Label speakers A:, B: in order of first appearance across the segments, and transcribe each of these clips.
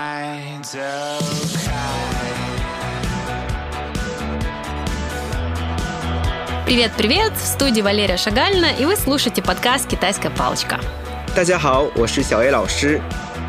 A: quite okay.
B: Привет-привет! В студии Валерия Шагальна, и вы слушаете подкаст «Китайская палочка».
C: 大家好，我是小 A 老 师。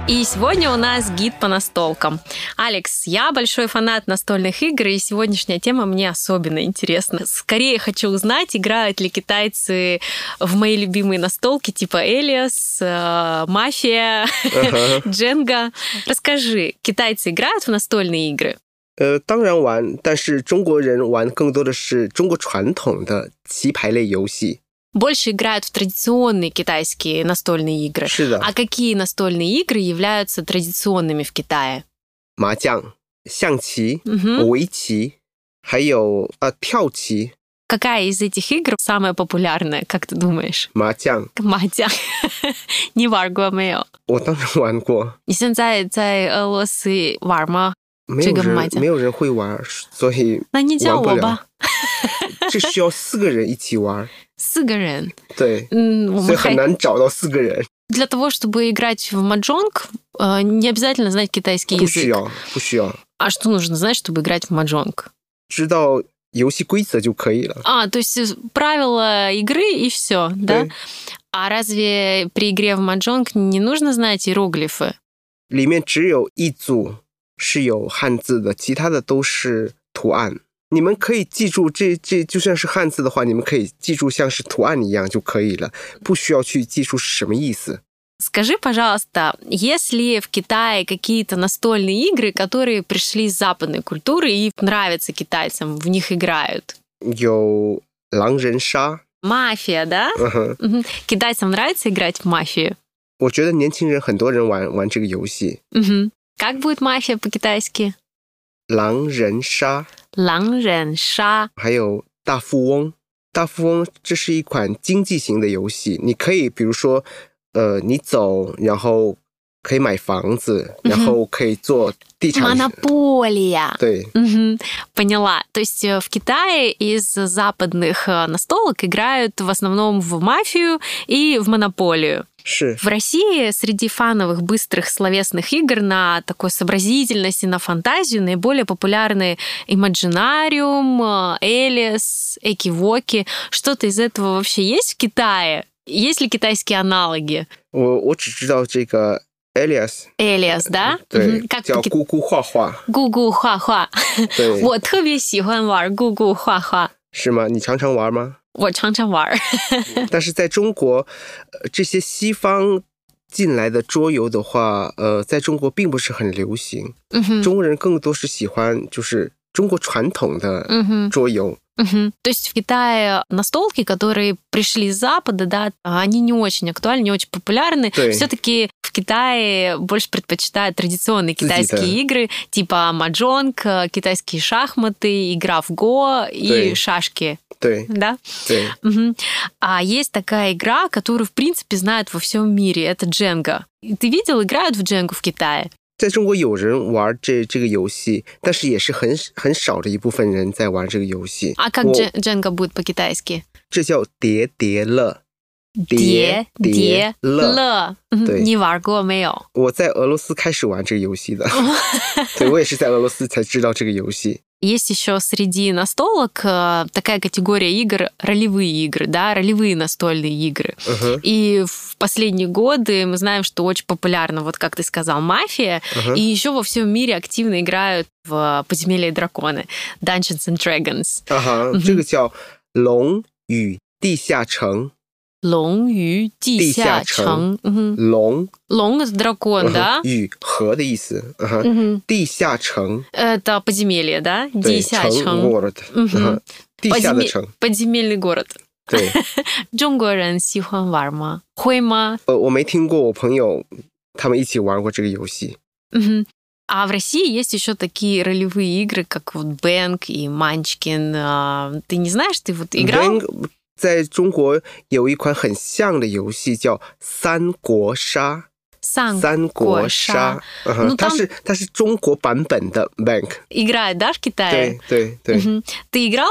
B: И сегодня у нас гид по настолкам. Алекс, я большой фанат настольных игр, и сегодняшняя тема мне особенно интересна. Скорее хочу узнать, играют ли китайцы в мои любимые настолки типа Элиас, э, Мафия,
C: Ага.
B: Дженга. Расскажи, китайцы играют в настольные игры?
C: 呃，当然玩，但是中国人玩更多的是中国传统的棋牌类游戏。
B: Больше играют в традиционные китайские настольные игры.
C: 是的，
B: А какие настольные игры являются традиционными в Китае?
C: 麻将、象棋、
B: Мгм.
C: 围棋，还有呃跳棋、
B: Какая из этих игр самая популярная, как ты думаешь?
C: 麻将，
B: 麻将你玩过没有？
C: 我当然玩过。
B: 你现在在俄罗斯玩吗？
C: 没
B: 这
C: 有
B: 个麻
C: 人，
B: 将
C: 没有人会玩，所以
B: 那你教我
C: 玩不了
B: 吧。
C: 这需要四个人一起玩。
B: 四个人，
C: 对，
B: 嗯，我
C: 所以
B: 们
C: 很
B: 还
C: 难找到四个人，
B: для того, чтобы играть в маджонг, э, не обязательно знать китайский
C: 不需
B: язык.
C: 要，不需要，
B: А что нужно знать, чтобы играть в маджонг?
C: 知道游戏规则就可以了。
B: А, то есть э, правила игры и все, да?
C: 对，
B: А разве при игре в маджонг не нужно знать иероглифы?
C: 里面只有一组是有汉字的，其他的都是图案。你们可以记住这这就像是汉字的话，你们可以记住像是图案一样就可以了，不需要去记住是什么意思。
B: Скажи, пожалуйста, есть ли в Китае какие-то настольные игры, которые пришли из западной культуры и нравятся китайцам, в них играют?
C: 有狼人杀，
B: Мафия, да?
C: 嗯哼，
B: Мгм. Китайцам нравится играть в мафию?
C: 我觉得年轻人很多人玩玩这个游戏，
B: Мгм. Как будет мафия по-китайски?
C: 狼人杀，
B: Лан рен ша.
C: 还有大富翁。大富翁这是一款经济型的游戏，你可以比如说，呃，你走，然后可以买房子，然后可以做地产。
B: Монополия.
C: 对，
B: Мгм. Поняла. То есть э, в Китае из западных э, настолок играют в основном в мафию и в монополию.
C: 是
B: В России среди фановых быстрых словесных игр на такой сообразительность и на фантазию наиболее популярны Imaginarium, э, Элис, Экивоки. Что-то из этого вообще есть в Китае? Есть ли китайские аналоги?
C: 我我只知道这个 Alias，
B: Элиас, да?
C: 对
B: Мгм.，Как
C: 叫
B: по-ки-
C: 咕咕画画，
B: Гу-гу-ха-ха.
C: 对，
B: 我特别喜欢玩гу-гу-ха-ха.
C: 是吗？你常常玩吗？
B: 我常常玩。
C: 但是在中国，呃这些西方进来的桌游的话，呃，在中国并不是很流行，
B: Мгм.
C: 中国人更多是喜欢就是中国传统的
B: Мгм.
C: 桌游。
B: Мгм. То есть в Китае настолки, которые пришли с Запада, да, они не очень актуальны, не очень популярны.
C: Да.
B: Все-таки в Китае больше предпочитают традиционные
C: Цзи, да.
B: китайские игры, типа маджонг, э, китайские шахматы, игра в го и
C: Да.
B: шашки,
C: 对
B: да?
C: 对，
B: Мгм. А есть такая игра, которую, в принципе, знают во всем мире. Это Дженга. И Ты видел, играют в Дженгу в Китае?
C: 在中国有人玩这这个游戏，但是也是很很少的一部分人在玩这个游戏。
B: А как
C: 我
B: Джен- Дженга будет по-китайски?
C: 这叫叠叠乐，
B: Де,
C: 叠
B: де,
C: 乐。
B: ле. Мгм.
C: Да.
B: Не варго мео.
C: 我在俄罗斯开始玩这个游戏的，对我也是在俄罗斯才知道这个游戏。
B: Есть еще среди настолок э, такая категория игр ролевые игры, да, ролевые настольные игры.
C: 嗯哼，
B: И в последние годы мы знаем, что очень популярна, вот как ты сказал, мафия.
C: 嗯哼
B: И еще во всем мире активно играют в подземелье и драконы, Dungeons and Dragons.
C: 啊哈，这个叫《龙与地下城》，
B: Лонг ю ти ся
C: 地下
B: чэнг.
C: 城。
B: Мгм.
C: 龙
B: Лонг это
C: 嗯
B: дракон,
C: 哼
B: да?
C: 与河的意思。嗯哼，
B: Мгм.
C: 地下城，
B: Это подземелье, да?
C: 对，
B: Ди ся
C: 城
B: чэнг.
C: world，
B: 嗯
C: 嗯
B: 哼
C: 哼，地下的
B: Подземе-
C: 城，
B: Подземельный город.
C: 对。
B: 中国人喜欢玩吗？会吗？
C: 呃，我没听过，我朋友他们一起玩过这个游戏。
B: Мгм. А в России есть еще такие ролевые игры, как вот Бэнк и Манчкин. А, Ты не знаешь, ты вот играл?
C: Bang 在中国有一款很像的游戏叫《三国杀》，
B: Сам
C: 三国杀，嗯哼
B: 那
C: 它
B: 当
C: 是它是中国版本的 Bank，
B: играет, да, в
C: 对
B: Китае?
C: 对对，
B: Мгм. Ты играл?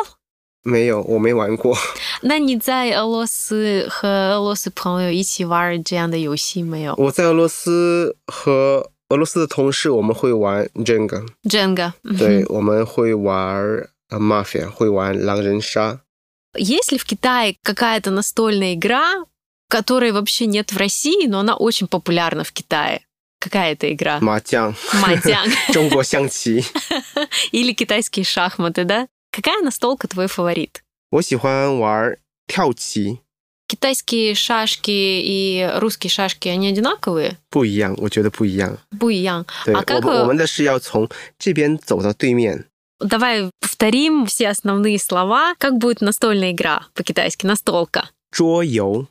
C: 没有，我没玩过。
B: 那你在俄罗斯和俄罗斯朋友一起玩这样的游戏没有？
C: 我在俄罗斯和俄罗斯的同事我们会玩 Jenga，
B: Дженга. Мгм.
C: 对，我们会玩呃 Mafia，会玩狼人杀。
B: Есть ли в Китае какая-то настольная игра, которой вообще нет в России, но она очень популярна в Китае? Какая это игра?
C: 麻将，
B: Мадян
C: 中国象棋，
B: или китайские шахматы, да? Какая настолка твой фаворит?
C: 我喜欢玩跳棋，
B: Китайские шашки и русские шашки, они одинаковые?
C: 不一样，我觉得不一样。
B: Буйян.
C: 对，
B: А
C: 我
B: как
C: 们我们的是要从这边走到对面。
B: Давай повторим все основные слова. Как будет настольная игра по-китайски? Настолка.
C: 桌游，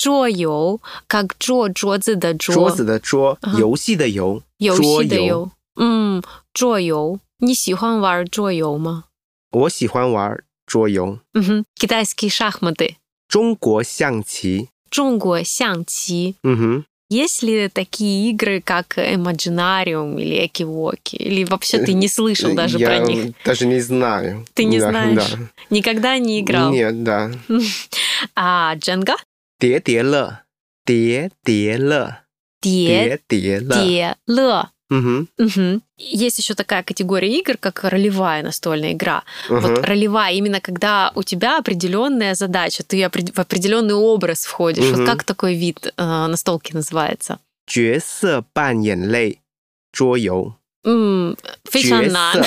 B: Джо-йоу, как джо, джо да
C: 桌
B: джо.
C: 子的桌
B: 啊，
C: 游戏的游，桌
B: Йоу-си да
C: 游。
B: йоу. М, Джо-йоу. Не сихан вар джо-йоу ма.
C: 我喜欢玩桌游，
B: Мгм. Китайские шахматы.
C: 中国象棋。
B: Джунго сянци.
C: 嗯哼，
B: Есть ли такие игры, как Imaginarium или Экивоки? Или вообще ты не слышал даже про
C: Я
B: них?
C: даже не знаю.
B: Ты не
C: Да,
B: знаешь?
C: да.
B: Никогда не играл.
C: Нет, да.
B: А дженга?
C: 叠叠乐，叠叠乐，
B: Дие,
C: 叠叠乐。
B: дие, ле.
C: 嗯
B: Мгм. Есть еще такая категория игр, как ролевая настольная игра.
C: 哼，嗯
B: Вот
C: 哼，
B: ролевая именно когда у тебя определенная задача, ты опре- в определенный образ входишь. Вот
C: Мгм.
B: как такой вид э, настолки называется?
C: 角色扮演类桌游。
B: М, 非常
C: 角
B: 难
C: 色，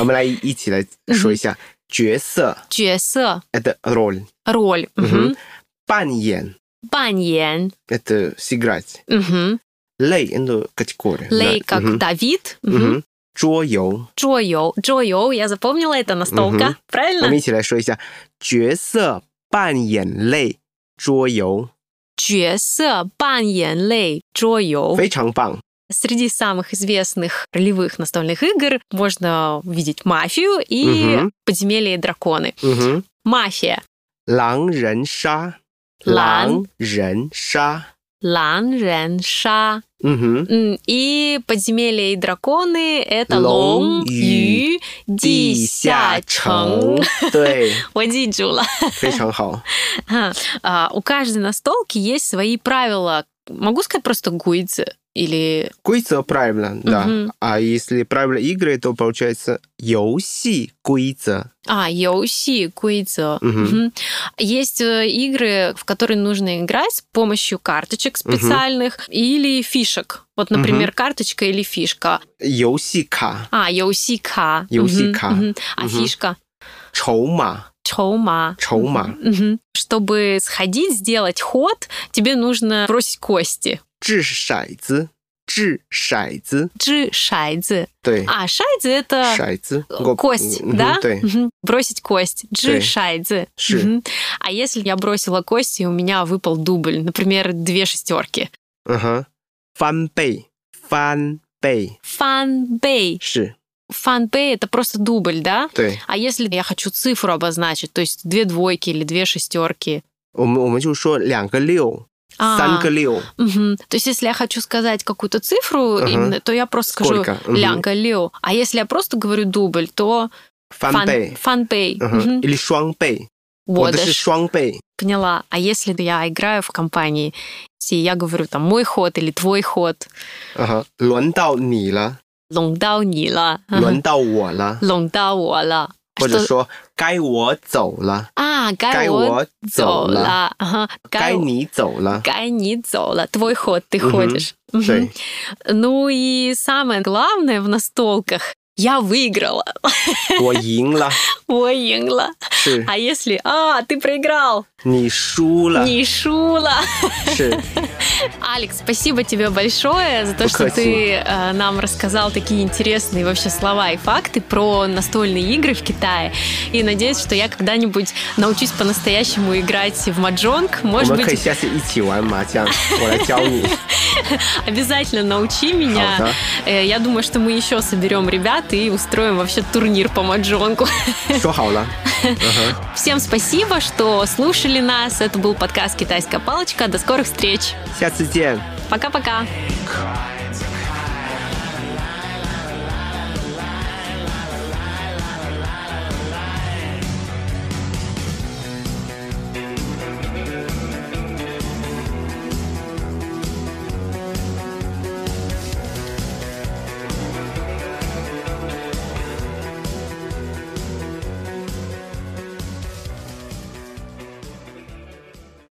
C: 我们来一起来说一下角色
B: 角色
C: at role，
B: роль
C: 嗯
B: 嗯
C: 哼，扮演
B: 哼扮演
C: at сыграть，
B: 嗯哼
C: 类 and category，
B: 类
C: 嗯哼
B: как Давид 嗯
C: 嗯
B: 哼
C: 哼，桌游，
B: Джойоу Джойоу я запомнила это настолка
C: Мгм. 我们
B: правильно
C: 一起来说一下角色扮演类桌游，
B: 角色扮演类桌游
C: 非常棒。
B: Среди самых известных ролевых настольных игр можно увидеть мафию и
C: Мгм.
B: подземелье и драконы.
C: 嗯哼，
B: Мафия
C: 狼人杀，
B: 狼
C: 狼人杀，
B: Лан Рен Ша
C: 嗯哼，
B: М, и подземелье и драконы это
C: Лон
B: Лон Ю，
C: 地下城 对，
B: Водиджула.
C: 非常好。
B: А, У каждой настолки есть свои правила. Могу сказать просто гуидзе или
C: 规则 правила, да.
B: Мгм.
C: А 啊 если правила игры, то получается 游戏规则。
B: а йоуси гуидзе.
C: Мгм.
B: Мгм. Есть э, игры, в которые нужно играть с помощью карточек специальных или фишек. Вот, например, карточка или фишка.
C: 游戏卡、
B: А йоуси ка.
C: 游戏卡。
B: Мгм, мгм. А
C: Мгм.
B: фишка
C: 筹码、
B: чоума.
C: 筹码、
B: Мгм. Чтобы сходить, сделать ход, тебе нужно бросить кости.
C: 掷骰子、掷骰子，
B: Джи шайдзе.
C: 对，
B: А шайдзе это
C: 骰子、我
B: Э, кость,
C: 嗯哼
B: да?
C: 对，
B: Мгм. Бросить кость. Джи
C: Да.
B: шайдзе.
C: Ши.
B: Мгм. А если я бросила кость, и у меня выпал дубль, например, две шестерки.
C: 嗯哼，翻倍、翻倍
B: Фанбей.
C: 是，
B: Фанбей это просто дубль, да?
C: 对，
B: А если я хочу цифру обозначить, то есть две двойки или две шестерки?
C: 我们我们就说两个六、
B: А,
C: 三个六，
B: мгм. То есть если я хочу сказать какую-то цифру,
C: Ага.
B: именно, то я просто скажу
C: Сколько? Мгм.
B: лянга лео. А если я просто говорю дубль, то
C: 翻倍，
B: фанбей.
C: 嗯哼，一双倍，我的是双倍，
B: Поняла. А если я играю в компании, и я говорю там мой ход или твой ход,
C: 嗯哼，轮到你了，
B: лонгдау нила,
C: 嗯轮到我了。
B: лонгдау уала.
C: 或者说该我走了，
B: А,
C: 该
B: гай
C: 我走
B: 走
C: 了，
B: 了. Ага.
C: 该
B: Гай-
C: 你走了。
B: гай не走了. Твой ход, ты
C: Мгм.
B: ходишь. Мгм.
C: 对，
B: Ну и самое главное в настолках, я выиграла,
C: 我赢了，
B: выиграла.
C: 是
B: А если, а, ты проиграл,
C: 你输了，
B: не шула.
C: 是
B: Алекс, спасибо тебе большое за то,
C: Ну,
B: что
C: Катя.
B: ты э, нам рассказал такие интересные вообще слова и факты про настольные игры в Китае. И надеюсь, что я когда-нибудь научусь по-настоящему играть в маджонг.
C: 我们
B: Может
C: 可以
B: быть,
C: 下次一起玩麻将，我来教 你。
B: обязательно научи меня.
C: 好的，
B: Э, Я думаю, что мы еще соберем ребят и устроим вообще турнир по маджонгу.
C: 说好了，
B: Всем спасибо, что слушали нас. Это был подкаст «Китайская палочка». До скорых встреч.
C: 下次见。
B: Пока-пока.
A: cry.